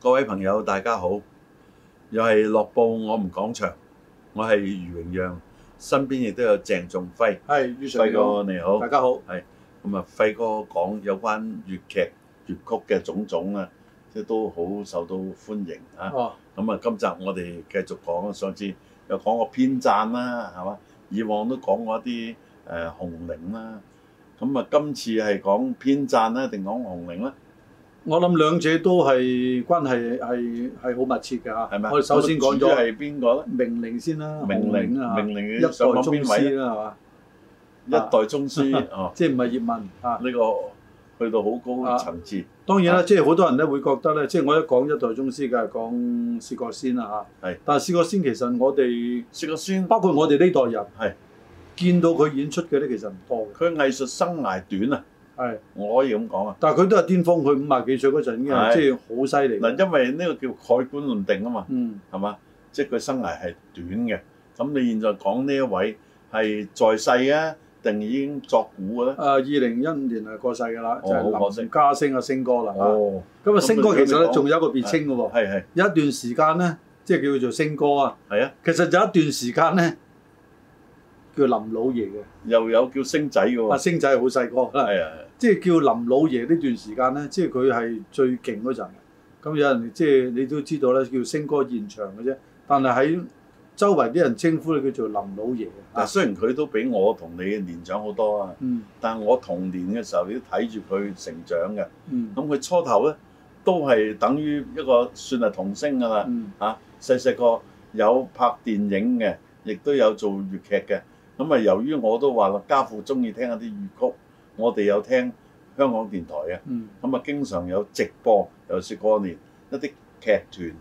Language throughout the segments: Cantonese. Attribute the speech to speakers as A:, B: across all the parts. A: 各位朋友，大家好！又係樂報我們講場，我係余榮讓，身邊亦都有鄭仲輝。
B: 係，宇常
A: 輝
B: 你好，
A: 哥你好，
B: 大家好。
A: 咁啊，輝哥講有關粵劇、粵曲嘅種種啊，即係都好受到歡迎啊！
B: 哦，
A: 咁啊，今集我哋繼續講，上次又講過編撰啦，係嘛？以往都講過一啲誒、呃、紅伶啦，咁啊，今次係講編撰啦，定講紅伶啦？
B: 我諗兩者都係關係係係好密切嘅嚇。
A: 係咪？
B: 我哋首先講
A: 主要
B: 咗
A: 係邊個咧？
B: 命令先啦，
A: 命
B: 紅
A: 令
B: 伶啊，
A: 命令
B: 一
A: 要
B: 代
A: 上講
B: 宗
A: 邊位啊
B: 師
A: 呢？
B: 啦，係嘛？
A: 一代宗師 哦，啊
B: 即係唔係葉問啊？
A: 呢個去到好高層次，
B: 當然啦，即係好多人咧會覺得咧，即係我一講一代宗師，梗係講薛覺先啦嚇。
A: 係
B: 但係薛覺先其實我哋
A: 薛覺先
B: 包括我哋呢代人
A: 係
B: 見到佢演出嘅咧，其實唔多嘅。
A: 佢藝術生涯短啊，
B: 係，
A: 我可以咁講啊。
B: 但係佢都係巔峰，佢五十幾歲嗰陣已經係
A: 係
B: 即係好犀利。
A: 嗱，因為呢個叫蓋棺論定啊嘛，
B: 嗯，
A: 係嘛？即係佢生涯係短嘅。咁你現在講呢一位係在世啊，定已經作古嘅咧
B: 誒？二零一五年係過世㗎啦，就
A: 哦好可
B: 係
A: 惜
B: 林家聲啊，星哥啦。啊
A: 哦，
B: 咁啊，星哥其實
A: 咁
B: 咧
A: 佢
B: 仲有一個別稱嘅喎，
A: 啊係係
B: 有一段時間咧，即係叫做星哥啊。
A: 係啊，
B: 其實有一段時間咧，叫林老爺嘅。
A: 又有叫星仔嘅
B: 阿
A: 喎，
B: 星仔係好細個啦，
A: 哦係啊，
B: 即係叫林老爺呢段時間咧，即係佢係最勁嗰陣嘅。咁有人即係你都知道咧，叫星哥現場嘅啫。但係喺周圍啲人稱呼佢叫做林老爺
A: 嗱，
B: 嘅。
A: 雖然佢都比我同你年長好多啊，
B: 嗯
A: 但我童年嘅時候你都睇住佢成長嘅。
B: 嗯
A: 咁佢初頭咧都係等於一個算係童星㗎啦，
B: 嗯，
A: 嚇細細個有拍電影嘅，亦都有做粵劇嘅。咁啊，由於我都話啦，家父中意聽一啲粵曲，我哋有聽香港電台嘅，
B: 嗯
A: 咁啊經常有直播，尤其是過年一啲劇團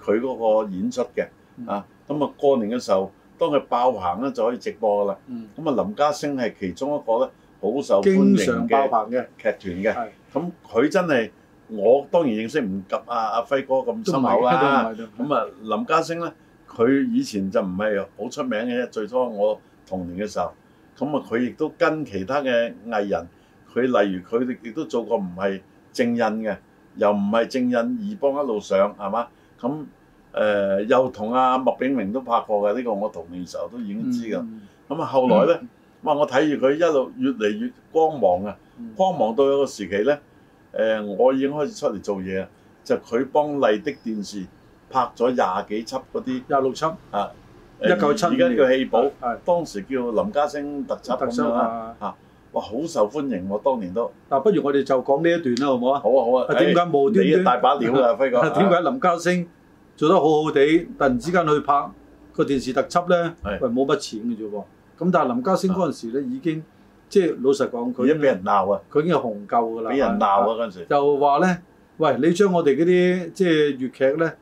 A: 佢嗰個演出嘅
B: 嗯
A: 啊，咁啊過年嘅時候，當佢爆棚咧就可以直播㗎啦。
B: 嗯，
A: 咁啊，林家聲係其中一個咧好受歡
B: 經
A: 迎
B: 常爆
A: 嘅
B: 棚嘅，
A: 劇團嘅。
B: 係
A: 咁佢真係我當然認識唔及阿阿輝哥咁深厚啦。
B: 都唔係都唔係
A: 咁啊，林家聲咧，佢以前就唔係好出名嘅啫。最初我童年嘅時候，咁啊，佢亦都跟其他嘅藝人，佢例如佢哋亦都做過唔係正印嘅，又唔係正印二幫一路上係嘛？咁誒、呃又同阿麥炳明都拍過嘅，呢、個我童年時候都已
B: Ừ,
A: 經知㗎。
B: 嗯
A: 咁啊，後來咧，哇！我睇住佢一路越嚟越光芒啊！
B: 嗯
A: 光芒到有個時期咧，誒、我已經開始出嚟做嘢啊，就佢幫麗的電視拍咗廿幾輯嗰啲
B: 廿六輯，
A: 啊，誒
B: 1975
A: 而家叫戲寶，
B: 係
A: 當時叫林家聲特輯
B: 特
A: 咁
B: 輯
A: 樣啦，
B: 啊！
A: 哇，好受歡迎喎、當年都
B: 嗱，不如我哋就講呢一段啦，好唔好啊？
A: 好啊好啊，
B: 啊，點解
A: 哎
B: 無
A: 你啊
B: 端
A: 大
B: 端？
A: 把料 啊，輝哥，
B: 啊點解林家聲做得好好地，突然之間去拍個電視特輯咧？
A: 係
B: 喂，冇乜錢嘅啫喎。咁但係林家聲嗰陣時咧，已經即係老實講，
A: 而家
B: 佢
A: 俾人鬧啊，
B: 佢已經係紅夠㗎啦，
A: 俾人鬧啊
B: 啊！
A: 嗰陣時，
B: 就話咧，喂，你將我哋嗰啲即係粵劇咧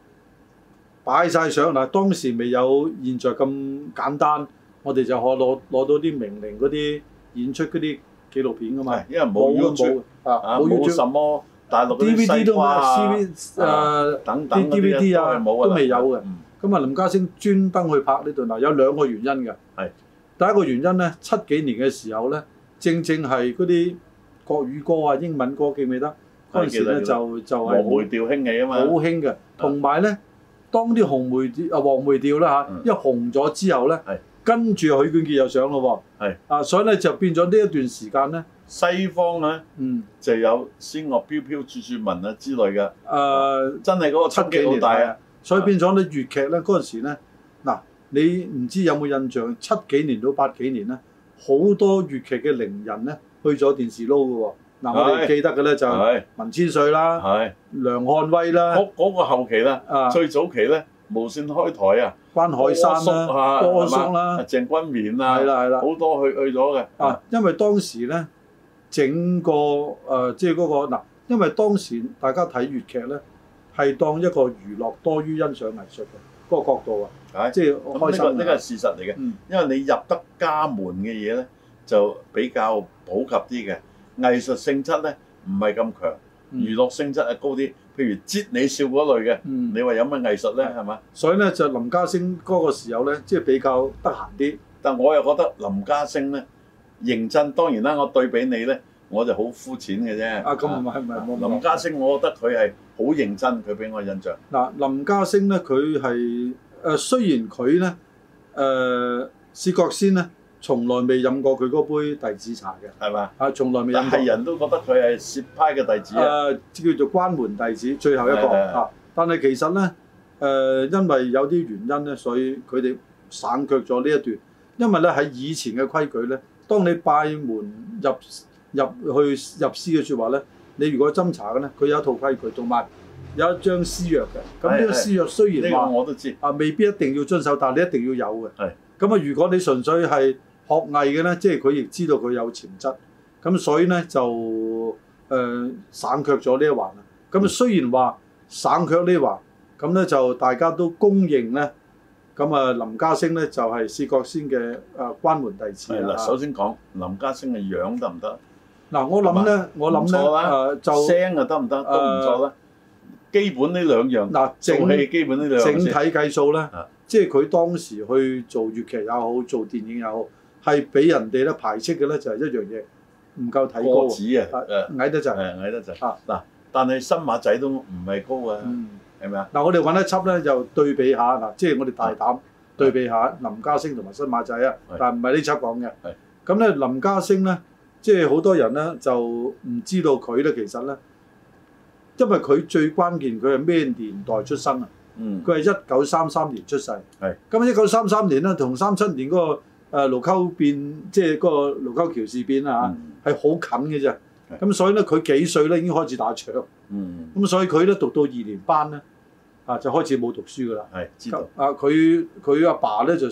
B: 擺晒上嗱，當時未有現在咁簡單，我哋就可攞攞到啲名伶嗰啲演出嗰啲紀錄片㗎嘛
A: 係。因為冇
B: 冇
A: YouTube
B: 冇啊，
A: 啊，
B: 冇
A: 冇
B: YouTube
A: 什麼大陸嗰啲
B: DVD
A: 西
B: 都
A: 瓜啊
B: 冇 CV 誒。
A: 等等嗰啲
B: DVD
A: 咧
B: 啊
A: 係冇㗎啦
B: 都未有嘅
A: 嗯
B: 咁啊，林家聲專登去拍呢度嗱，有兩個原因嘅。
A: 係
B: 第一個原因咧，七幾年嘅時候咧，正正係嗰啲國語歌啊、英文歌記唔記得？嗰陣時
A: 記得記
B: 咧
A: 得
B: 就就
A: 黃梅
B: 係
A: 調興起啊
B: 好
A: 嘛
B: 好，興嘅，同埋咧，當啲紅梅調啊黃梅調啦
A: 嗯
B: 嚇，一紅咗之後咧
A: 係，
B: 跟住許冠傑又上咯喎。
A: 係
B: 啊，所以咧就變咗呢一段時間咧，
A: 西方啊咧。
B: 嗯
A: 就有仙樂飄飄處處聞啊之類嘅，
B: 誒
A: 真係嗰個衝擊好大啊！！
B: 所以變咗咧粵劇咧嗰陣時咧，嗱你唔知有冇印象？七幾年到八幾年咧，好多粵劇嘅伶人咧去咗電視撈嘅喎。嗱我
A: 係
B: 哋記得嘅咧就係
A: 係
B: 文千歲啦、
A: 係
B: 梁漢威啦、
A: 嗰嗰個後期啦，
B: 啊
A: 最早期咧無線開台啊，
B: 關海山啦、
A: 波
B: 波
A: 叔啊
B: 叔
A: 啊
B: 啦，
A: 鄭君綿
B: 係
A: 啊，
B: 啦係啦。
A: 好多去去咗嘅。
B: 啊，因為當時咧，整個誒、呃即係嗰、個嗱，因為當時大家睇粵劇咧，係當一個娛樂多於欣賞藝術嘅嗰、個角度啊，
A: 係
B: 即係
A: 咁
B: 開
A: 呢
B: 心
A: 個
B: 啊
A: 呢個係事實嚟嘅，
B: 嗯
A: 因為你入得家門嘅嘢咧就比較普及啲嘅，藝術性質咧唔係咁強，
B: 嗯
A: 娛樂性質係高啲。譬如擠你笑嗰類嘅，
B: 嗯，
A: 你話有乜藝術咧係嘛？
B: 所以咧就林家聲嗰個時候咧，即係比較得閒啲。
A: 但我又覺得林家聲咧認真。當然啦，我對比你咧，我就好膚淺嘅啫。
B: 啊，咁唔係唔係冇
A: 林家聲，我覺得佢係好認真，佢俾我印象。
B: 嗱，林家聲咧，佢係誒雖然佢咧誒薛覺先咧，從來未飲過佢嗰杯提子茶嘅，
A: 係嘛？
B: 啊，從來未飲
A: 但
B: 過
A: 係。人都覺得佢係薛派嘅弟子啊，
B: 誒叫做關門弟子，最後一個
A: 係係係
B: 啊。但係其實咧，誒、因為有啲原因咧，所以佢哋省卻咗呢一段。因為咧喺以前嘅規矩咧，當你拜門入入去入詩嘅説話咧，你如果斟茶嘅咧，佢有一套規矩，同埋有一張詩約嘅。咁呢
A: 係係
B: 個詩約雖
A: 呢
B: 然
A: 個
B: 話
A: 我都知。
B: 啊，未必一定要遵守，但係你一定要有嘅。
A: 係
B: 咁啊，如果你純粹係學藝嘅咧，即係佢亦知道佢有潛質，咁所以咧就誒、呃省卻咗呢一環啦。
A: 嗯
B: 咁啊，雖然話省卻呢一環，咁咧就大家都公認咧，咁啊林家聲咧就係薛覺先嘅誒關門弟子啊
A: 係
B: 啦
A: 啦，。首先講林家聲嘅樣得唔得？
B: 嗱，我諗咧，我諗
A: 唔
B: 咧
A: 錯啦
B: 誒就
A: 聲啊得唔得？都唔錯啦。基本呢兩樣，
B: 嗱
A: 做
B: 整。
A: 戲基本呢兩
B: 整
A: 樣
B: 體
A: 先。
B: 計數咧
A: 啊，
B: 即係佢當時去做粵劇也好，做電影也好，係俾人哋咧排斥嘅咧就係一樣嘢，唔夠體
A: 個
B: 高
A: 子啊，誒
B: 啊，矮得滯。
A: 誒矮得滯。
B: 啊
A: 嗱，但係新馬仔都唔係高啊，
B: 嗯，
A: 係咪啊？
B: 嗱，我哋揾一輯咧就對比下嗱，即係我哋大膽對比下林家聲同埋新馬仔啊
A: 係，
B: 但唔係呢輯講嘅
A: 係。
B: 咁咧林家聲咧，即係好多人咧就唔知道佢咧其實咧，因為佢最關鍵佢係咩年代出生啊？
A: 嗯，
B: 佢係一九三三年出世。
A: 係。
B: 咁一九三三年咧，同三七年嗰個誒呃盧溝變，即係嗰個盧溝橋事變啊，
A: 嗯
B: 係好近嘅啫。
A: 係
B: 咁所以咧，佢幾歲咧已經開始打仗，
A: 嗯，
B: 咁所以佢咧讀到二年班咧，啊就開始冇讀書噶啦。
A: 係知道。
B: 啊，佢佢阿爸咧就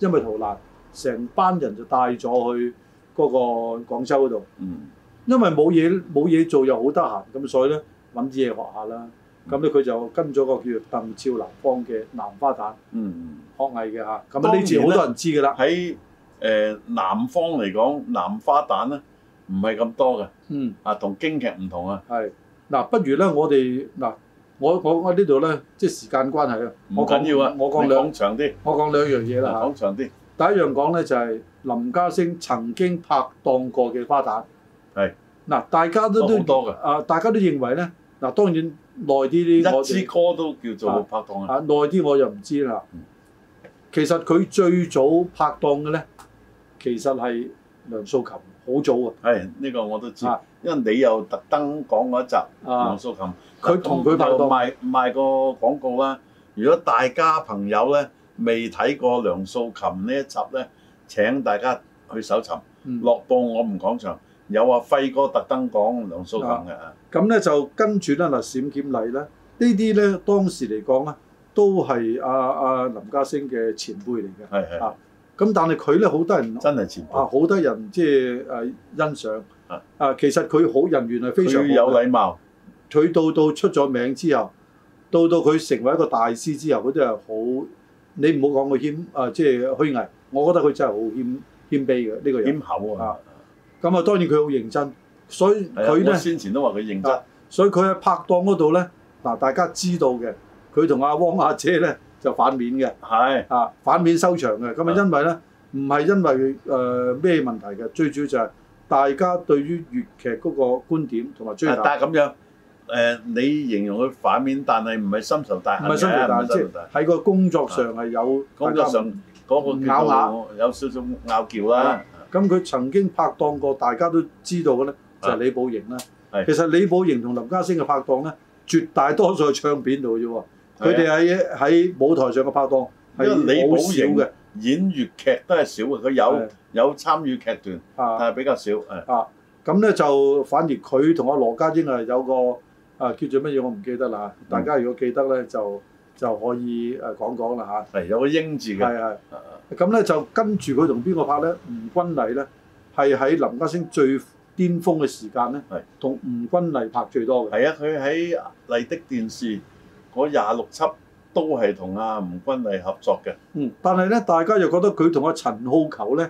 B: 因為逃難，成班人就帶咗去嗰個廣州嗰度，
A: 嗯，
B: 因為冇嘢冇嘢做又好得閒，咁所以咧揾啲嘢學下啦。咁咧佢就跟咗個叫做鄧照南方嘅南花旦。
A: 嗯。
B: 學藝嘅嚇，
A: 當
B: 咁
A: 然
B: 呢次好多人知㗎啦。
A: 喺誒南方嚟講，南花旦咧唔係咁多嘅，
B: 嗯，
A: 啊同京劇唔同啊，
B: 係嗱，不如咧，我哋嗱，我我我呢度咧，即係時間關係啊，
A: 唔
B: 我講
A: 緊要啊，
B: 我講
A: 你
B: 兩
A: 講長啲，
B: 我講兩樣嘢啦
A: 講長啲，
B: 嚇。第一樣講咧就係林家聲曾經拍檔過嘅花旦，
A: 係
B: 嗱，大家都
A: 都好
B: 都
A: 多嘅，
B: 啊，大家都認為咧，嗱，當然耐啲啲我
A: 一
B: 哋
A: 支歌都叫做拍檔啊，
B: 啊，耐啲我就唔知啦
A: 嗯。
B: 其實佢最早拍檔嘅咧，其實係梁素琴，好早啊。
A: 係呢個我都知
B: 啊，
A: 因為你又特登講嗰一集
B: 啊
A: 黃，素琴，
B: 佢同佢拍
A: 又
B: 檔
A: 賣賣個廣告啦。如果大家朋友咧未睇過梁素琴呢一集咧，請大家去搜尋。
B: 嗯
A: 落報我唔講長，有啊輝哥特登講梁素琴嘅啊。
B: 咁咧就跟住咧嗱，閃劍麗咧，呢啲咧當時嚟講咧，啊都係阿阿林家聲嘅前輩嚟嘅。
A: 係係
B: 啊咁但係佢咧好多人
A: 真係前
B: 啊，
A: 輩，
B: 好多人即係誒欣賞
A: 啊。
B: 啊，其實佢好人緣係非常好
A: 佢有
B: 嘅。
A: 禮貌，
B: 佢到到出咗名之後，到到佢成為一個大師之後，佢都係好。你唔好講佢謙啊，即係虛偽。我覺得佢真係好謙謙卑嘅呢、個人。
A: 謙厚
B: 啊
A: 啊。
B: 咁啊，當然佢好認真，所以
A: 係啊
B: 佢咧
A: 我。先前都話佢認
B: 啊
A: 真，
B: 所以佢喺拍檔嗰度咧，嗱大家知道嘅，佢同阿汪阿姐咧就反面嘅，
A: 係
B: 啊反面收場嘅。咁啊，
A: 啊
B: 因為咧唔係因為誒咩、問題嘅，最主要就係大家對於粵劇嗰個觀點同埋追
A: 啊
B: 求，
A: 但係咁樣誒，你形容佢反面，但係唔係深仇大
B: 唔
A: 恨嘅，
B: 係新潮，但係
A: 唔
B: 即
A: 係
B: 係
A: 仇大
B: 喺個工作上係有
A: 啊工作上嗰個叫做有少少拗撬啦。
B: 咁佢曾經拍檔過，大家都知道嘅咧，就係
A: 啊
B: 李寶瑩啦。
A: 係
B: 其實李寶瑩同林家聲嘅拍檔咧，絕大多數係唱片度嘅啫
A: 啊
B: 喎。佢哋喺喺舞台上嘅拍檔
A: 因為李
B: 係
A: 寶
B: 好少
A: 瑩
B: 嘅。
A: 演粵劇都係少嘅，佢有
B: 係
A: 有參與劇團，但
B: 啊
A: 係比較少。誒
B: 啊，咁咧就反而佢同阿羅家英啊有個啊叫做乜嘢我唔記得啦。
A: 嗯
B: 大家如果記得咧就就可以誒講講啦
A: 係有個英字
B: 嚇。
A: 嘅。
B: 係係。
A: 啊啊
B: 咁咧就跟住佢同邊個拍咧？吳君麗咧係喺林家聲最巔峰嘅時間咧
A: 係，
B: 同吳君麗拍最多嘅。
A: 係啊，佢喺麗的電視嗰廿六輯都係同阿吳君麗合作嘅，
B: 嗯，但係咧，大家又覺得佢同阿陳浩球咧，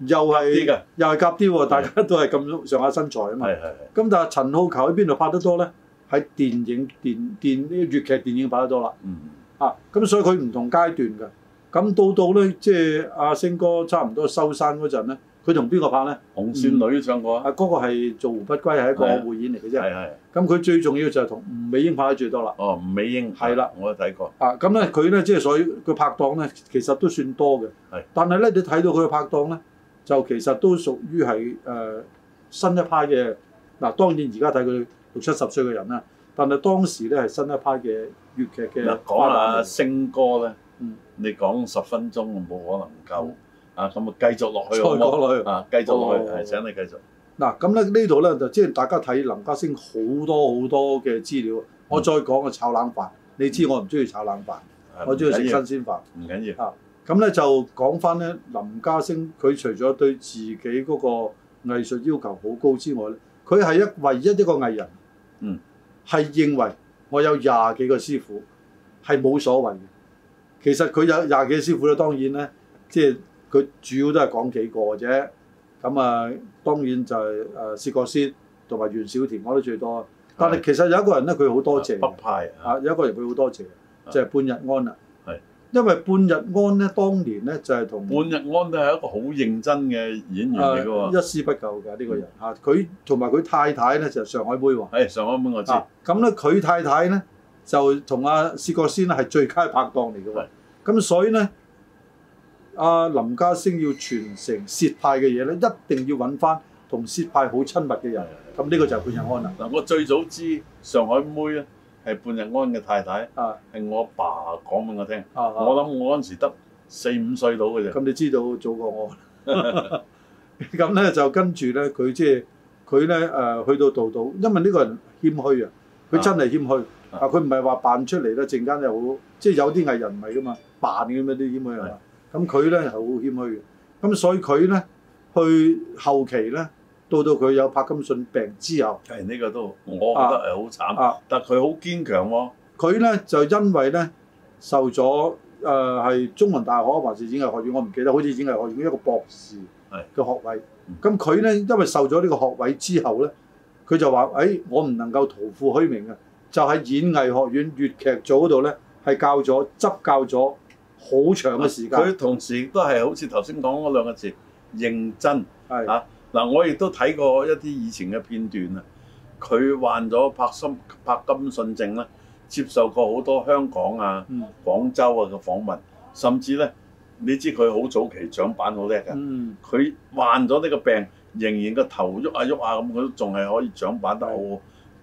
B: 又
A: 啲
B: 係
A: 嘅
B: 又係夾啲喎，大家都係咁上下身材啊嘛。
A: 係係係。
B: 咁但係陳浩球喺邊度拍得多咧？喺電影、電電呢個粵劇電影拍得多啦。
A: 嗯，
B: 啊，咁所以佢唔同階段嘅。咁到到咧，即係阿星哥差唔多收山嗰陣咧，佢同邊個拍咧？
A: 紅線女都唱過啊，
B: 啊，嗰個係做胡不歸係一個
A: 係啊
B: 匯演嚟嘅啫。
A: 係係
B: 咁佢最重要就係同吳美英拍得最多啦。
A: 哦，吳美英
B: 係啦，
A: 我都睇過，
B: 啊，咁咧佢咧即係所以佢拍檔咧，其實都算多嘅
A: 係。
B: 但係咧，你睇到佢嘅拍檔咧，就其實都屬於係誒、呃新一派嘅。嗱、當然而家睇佢六七十歲嘅人啦，但係當時咧係新一派嘅粵劇嘅
A: 嗱講
B: 花
A: 下
B: 旦嚟嘅
A: 星哥咧
B: 嗯，
A: 你講十分鐘冇可能夠啊，咁啊繼續落去
B: 再
A: 好唔好？
B: 講落去。
A: 啊，繼續落去，
B: 哦
A: 係請你繼續。
B: 嗱，咁咧呢度咧就即係大家睇林家聲好多好多嘅資料。我再講個炒冷飯，你知我唔中意炒冷飯，
A: 啊
B: 我中意食
A: 唔緊
B: 新
A: 要
B: 鮮飯。
A: 唔緊要。
B: 咁咧就講翻咧，林家聲佢除咗對自己嗰個藝術要求好高之外咧，佢係一唯一一個藝人，
A: 嗯，
B: 係認為我有廿幾個師傅係冇所謂嘅。其實佢有廿幾個師傅咧，當然咧，即係佢主要都係講幾個啫。咁啊，當然就係誒薛覺先同埋袁小田講得最多。但係其實有一個人咧，佢好多謝嘅。
A: 北派啊，
B: 啊，有一個人佢好多謝，就係半日安啦。啊
A: 係，
B: 因為半日安咧，當年咧就係同
A: 半日安都係一個好認真嘅演員嚟嘅
B: 啊
A: 喎。
B: 一絲不苟嘅呢個人嚇，佢同埋佢太太咧就係上海妹喎。
A: 係上海本我知，
B: 啊，咁咧佢太太咧就同阿薛覺先咧係最佳拍檔嚟嘅喎
A: 係。
B: 咁所以咧，阿林家聲要傳承薛派嘅嘢咧，一定要揾翻同薛派好親密嘅人。咁呢個就係半日安啦。
A: 嗱，我最早知上海妹咧係半日安嘅太太，
B: 啊
A: 係我爸講俾我聽。
B: 啊！啊
A: 我諗我嗰陣時得四五歲到嘅啫。
B: 咁你知道早過我。 咁咧就跟住咧，佢即係佢咧誒去到度度，因為呢個人謙虛啊，佢真係謙虛
A: 啊
B: 啊，佢唔係話扮出嚟咧，陣間又好，即係有啲藝人唔係噶嘛，扮嘅咩啲謙虛係嘛？咁佢咧係好謙虛嘅，咁所以佢咧去後期咧，到到佢有柏金遜病之後，
A: 係呢個都，我覺得係好慘。
B: 啊
A: 但佢好堅強喎、
B: 佢咧就因為咧受咗誒係中文大學還是演藝學院，我唔記得，好似演藝學院一個博士
A: 係
B: 嘅學位
A: 嗯。
B: 咁佢咧因為受咗呢個學位之後咧，佢就話：，誒、哎我唔能夠徒負虛名嘅，啊就喺演藝學院粵劇組嗰度咧係教咗執教咗好長嘅時間。
A: 佢同時亦都係好似頭先講嗰兩個字認真。
B: 係
A: 啊嗱，我亦都睇過一啲以前嘅片段啊。佢患咗柏森柏金遜症咧，接受過好多香港啊、
B: 嗯
A: 廣州啊嘅訪問，甚至咧，你知佢好早期掌板好叻啊㗎。
B: 嗯
A: 佢患咗呢個病，仍然個頭喐啊喐啊咁，佢都仲係可以掌板得好好。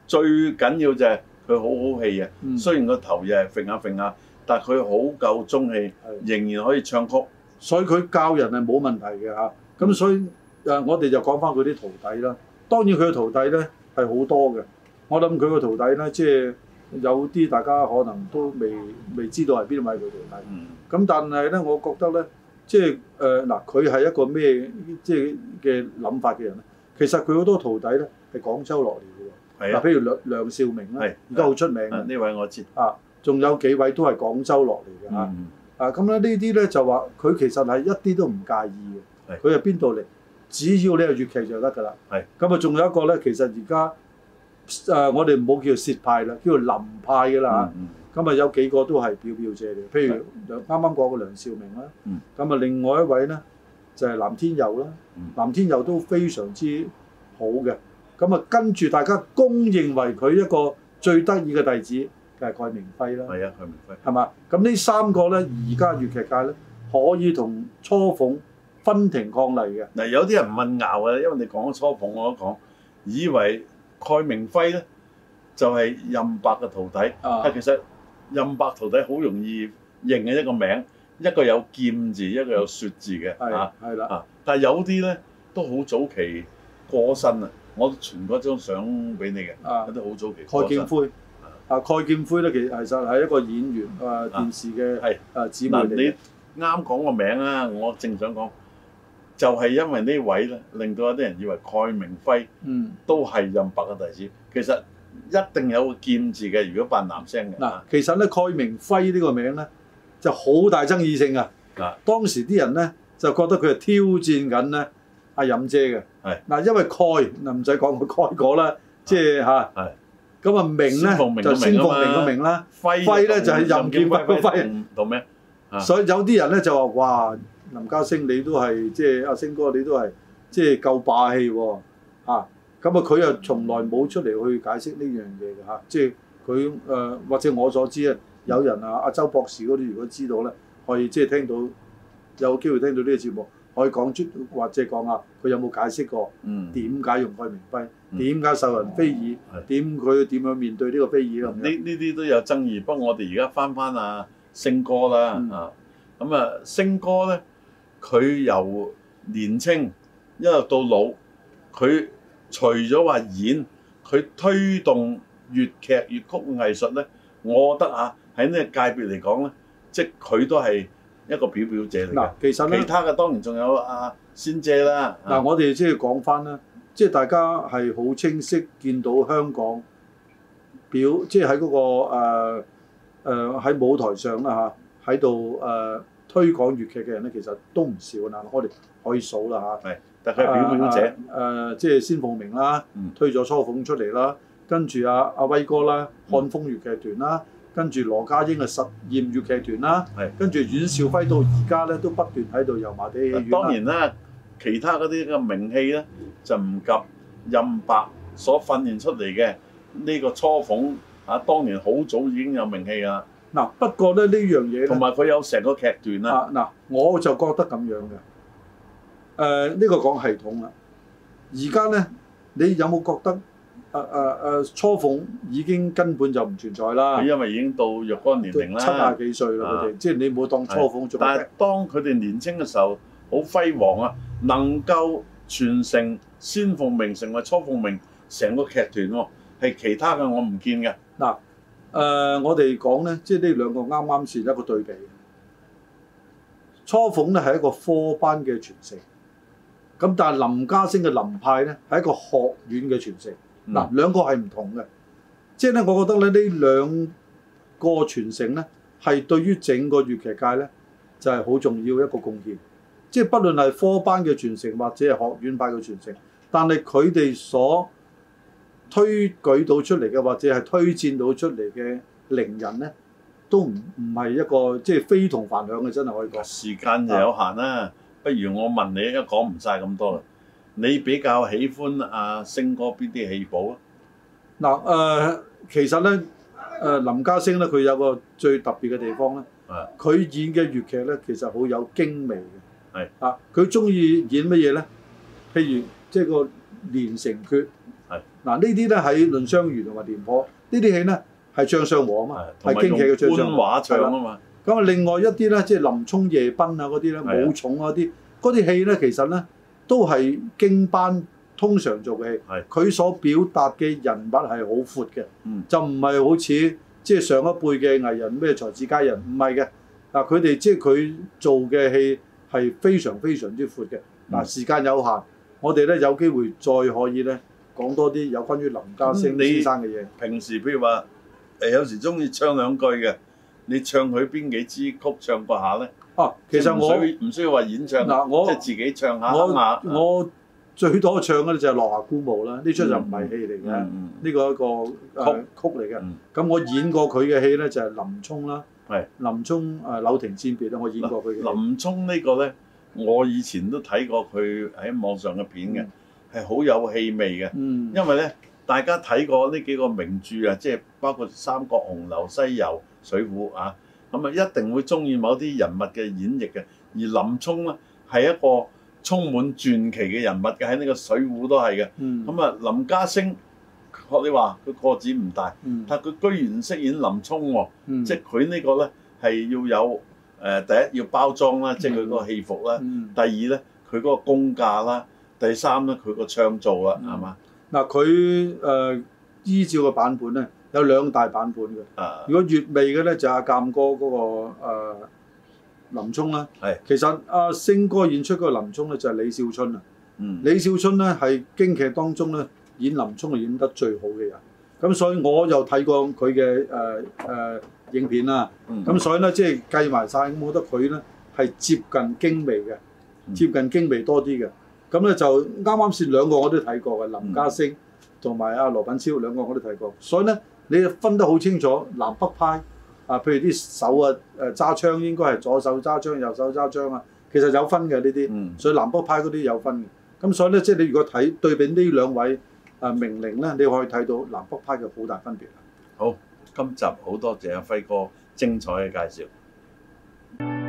A: 最緊要就係佢好好氣啊！
B: 嗯
A: 雖然個頭又係揈下揈下，但係佢好夠中氣，仍然可以唱曲。
B: 所以佢教人係冇問題嘅嚇。咁所以誒、呃我哋就講翻佢啲徒弟啦。當然佢嘅徒弟咧係好多嘅。我諗佢嘅徒弟咧，即係有啲大家可能都未未知道係邊位佢徒弟。
A: 嗯，
B: 咁但係咧，我覺得咧，即係誒嗱，佢、係一個咩即係嘅諗法嘅人咧。其實佢好多徒弟咧係廣州落嚟嘅
A: 係
B: 喎。嗱，
A: 啊，
B: 譬如梁梁兆明啦
A: 係，
B: 而家好出名
A: 啊
B: 嘅
A: 呢位我知。
B: 啊，仲有幾位都係廣州落嚟嘅嚇。
A: 嗯，
B: 啊，咁咧呢啲咧就話佢其實係一啲都唔介意嘅，
A: 係
B: 佢係邊度嚟？只要你係粵劇就得㗎啦。
A: 係
B: 咁啊，仲有一個咧，其實而家誒我哋唔好叫薛派啦，叫林派㗎啦
A: 嗯嗯
B: 嚇。咁啊，有幾個都係表表姐嘅，譬如梁啱啱講嘅梁兆明啦
A: 嗯，
B: 咁啊，另外一位咧就係藍天佑啦
A: 嗯，
B: 藍天佑都非常之好嘅。咁啊，跟住大家公認為佢一個最得意嘅弟子就係蓋明輝啦。
A: 係啊，佢唔該。
B: 係嘛？咁呢三個咧，而家粵劇界咧可以同初鳳分庭抗禮嘅。
A: 嗱，有啲人混淆啊，因為你講咗初鳳，我都講，以為蓋明輝咧就係任白嘅徒弟，
B: 啊
A: 但其實任白徒弟好容易認嘅一個名，一個有劍字，一個有雪字嘅
B: 係
A: 啊
B: 係啦，
A: 啊！但係有啲咧都好早期過身啊，我傳嗰張相俾你嘅，
B: 啊
A: 有啲好早期
B: 蓋
A: 過
B: 劍
A: 身。
B: 輝啊，蓋劍輝咧，其實其實係一個演員啊，電視嘅
A: 係
B: 啊姊妹
A: 嗱，
B: 嚟嘅。
A: 你啱講個名啊，我正想講，就係因為呢位咧，令到有啲人以為蓋明輝。
B: 嗯，
A: 都係任白嘅弟子。其實一定有個劍字嘅，如果扮男聲嘅。啊
B: 嗱，其實咧蓋明輝呢個名咧就好大爭議性啊。
A: 啊
B: 當時啲人咧就覺得佢係挑戰緊咧阿任姐嘅。
A: 係
B: 嗱，因為蓋嗱唔使講佢蓋過啦，即係嚇。
A: 係
B: 咁啊，明
A: 先鳳鳴
B: 咧就
A: 都
B: 先
A: 明啊
B: 鳳
A: 嘛
B: 鳴都明啦。
A: 輝
B: 輝咧就係任劍輝個輝
A: 同同咩？啊
B: 所以有啲人咧就話：哇，林家聲你都係即係阿星哥，你都係即係夠霸氣喎、啊咁啊，佢又從來冇出嚟去解釋呢樣嘢嘅嚇，即係佢誒或者我所知啊，有人啊阿周博士嗰啲如果知道咧，可以即係聽到有機會聽到呢個節目，可以講出或者講下佢有冇解釋過
A: 嗯，
B: 點解用蓋明輝，
A: 嗯
B: 點解受人非議
A: 係，
B: 點佢點樣面對呢個非議
A: 呢
B: 咁
A: 呢
B: 樣。
A: 啲都有爭議，不過我哋而家翻翻啊星哥啦
B: 嗯
A: 啊，咁啊星哥咧，佢由年青一路到老，佢除咗話演，佢推動粵劇粵曲藝術咧，我覺得啊喺呢個界別嚟講咧，即係佢都係一個表表者嚟
B: 嗱
A: 嘅。，
B: 其實咧
A: 其。他嘅當然仲有啊仙姐啦，啊
B: 嗱，我哋即係講翻啦，即係大家係好清晰見到香港表，即係喺嗰個誒誒喺舞台上啦嚇，喺度誒推廣粵劇嘅人咧，其實都唔少嗱，我哋可以數啦嚇。
A: 但佢係表表者，
B: 誒、啊即係仙鳳鳴啦
A: 嗯，
B: 推咗初鳳出嚟啦，跟住啊阿阿威哥啦，
A: 嗯
B: 漢風粵劇團啦，跟住羅家英嘅實驗粵劇團啦
A: 係，
B: 跟住阮兆輝到而家咧都不斷喺度油麻地戲院
A: 嗱
B: 啦
A: 呃當然啦，其他嗰啲嘅名氣咧就唔及任白所訓練出嚟嘅呢個初鳳啊，當年好早已經有名氣啦，
B: 嗱，不過咧呢樣嘢咧
A: 同。埋佢有成個劇段啦，
B: 啊嗱，我就覺得咁樣嘅。誒、呃呢、個講系統啦。而家咧，你有冇覺得誒誒誒初鳳已經根本就唔存在啦
A: 佢？因為已經到若干啊年
B: 都
A: 齡
B: 啊七廿
A: 啦。
B: 幾歲啦，
A: 啊
B: 佢哋即係你冇當初鳳做
A: 但係當佢哋年青嘅時候，好輝煌啊，能夠傳承先鳳鳴成為初鳳鳴成個劇團喎，係其他嘅我唔見嘅。
B: 嗱誒，我哋講咧，即係呢兩個啱啱是一個對比。初鳳咧係一個科班嘅傳承，咁但係林家聲嘅林派咧係一個學院嘅傳承。
A: 嗯
B: 嗱、兩個係唔同嘅，即係咧，我覺得咧呢兩個傳承咧係對於整個粵劇界咧就係、好重要一個貢獻。即係不論係科班嘅傳承或者係學院派嘅傳承，但係佢哋所推舉到出嚟嘅或者係推薦到出嚟嘅伶人咧，都唔唔係一個即係非同凡響嘅，真係可以講。
A: 時間啊就有限啦，不如我問你，因為講唔晒咁多啦。你比較喜歡阿星哥邊啲戲寶啊？
B: 嗱誒、呃其實咧誒、呃林家聲咧，佢有個最特別嘅地方咧，
A: 啊，
B: 佢演嘅粵劇咧，其實好有京味嘅。
A: 係
B: 啊，佢中意演乜嘢咧？譬如即係個連城訣。
A: 係
B: 嗱，呢啲咧喺《論湘魚》同埋《廉頗》呢啲戲咧係將相和啊嘛，係京劇嘅將
A: 同埋用
B: 相和。
A: 官話唱啊嘛，
B: 咁啊，另外一啲咧，即係林沖夜奔啊嗰啲咧，
A: 係啊
B: 武松啊嗰啲，嗰啲戲咧其實咧都係京班通常做嘅戲
A: 係，
B: 佢所表達嘅人物係好闊嘅，
A: 嗯
B: 就唔係好似即係上一輩嘅藝人咩才子佳人，唔係嘅。嗱，佢哋即係佢做嘅戲係非常非常之闊嘅。嗱，
A: 嗯
B: 時間有限，我哋咧有機會再可以咧講多啲有關於林家聲
A: 咁你
B: 先生嘅嘢。
A: 平時譬如話誒，有時中意唱兩句嘅，你唱佢邊幾支曲唱過下咧？
B: 啊，其實我
A: 唔需要唔需要話演唱，
B: 嗱我
A: 即係自己唱下哼下
B: 我。我最多唱嘅咧就係《落霞孤舞》啦，呢出就唔係戲嚟嘅，呢、
A: 嗯嗯
B: 個一個誒、
A: 曲
B: 曲嚟嘅。
A: 嗯
B: 咁、我演過佢嘅戲咧就係、林沖啦，
A: 係
B: 林沖誒、柳亭戰別啦，我演過佢嘅戲。
A: 林沖呢個咧，我以前都睇過佢喺網上嘅片嘅，係好有氣味嘅。
B: 嗯，
A: 因為咧，大家睇過呢幾個名著啊，即係包括《三國》《紅樓》《西遊》《水滸》啊，咁啊一定會中意某啲人物嘅演繹嘅。而林沖咧係一個充滿傳奇嘅人物嘅，喺呢個《水滸》都係嘅。
B: 嗯
A: 咁啊，林家聲學你話佢個子唔大，
B: 嗯
A: 但佢居然識演林沖喎、
B: 嗯
A: 即係佢呢個咧係要有誒、呃第一要包裝啦，即係佢個戲服啦；
B: 嗯
A: 第二咧佢嗰個功架啦；第三咧佢個唱造啦，係嘛、
B: 嗱佢誒依照嘅版本咧有兩大版本嘅。
A: 啊？
B: 如果粵味嘅咧就係阿鑑哥嗰、個、呃、林沖啦。
A: 係
B: 其實阿、星哥演出嗰個林沖咧就係李少春啊。
A: 嗯，
B: 李少春咧係京劇當中咧演林沖係演得最好嘅人，咁所以我又睇過佢嘅誒誒影片啦，
A: 嗯
B: 咁所以咧即係計埋晒，咁我覺得佢咧係接近京味嘅，
A: 嗯
B: 接近京味多啲嘅，咁咧就啱啱先兩個我都睇過嘅，林家
A: 嗯
B: 聲同埋阿羅品超兩個我都睇過，所以咧你分得好清楚南北派啊，譬如啲手啊誒揸槍應該係左手揸槍，右手揸槍啊，其實有分嘅呢啲。
A: 嗯
B: 所以南北派嗰啲有分嘅。咁所以咧，即係你如果睇對比呢兩位誒名伶咧，你可以睇到南北派嘅好大分別啦。
A: 今集好多謝阿輝哥精彩嘅介紹。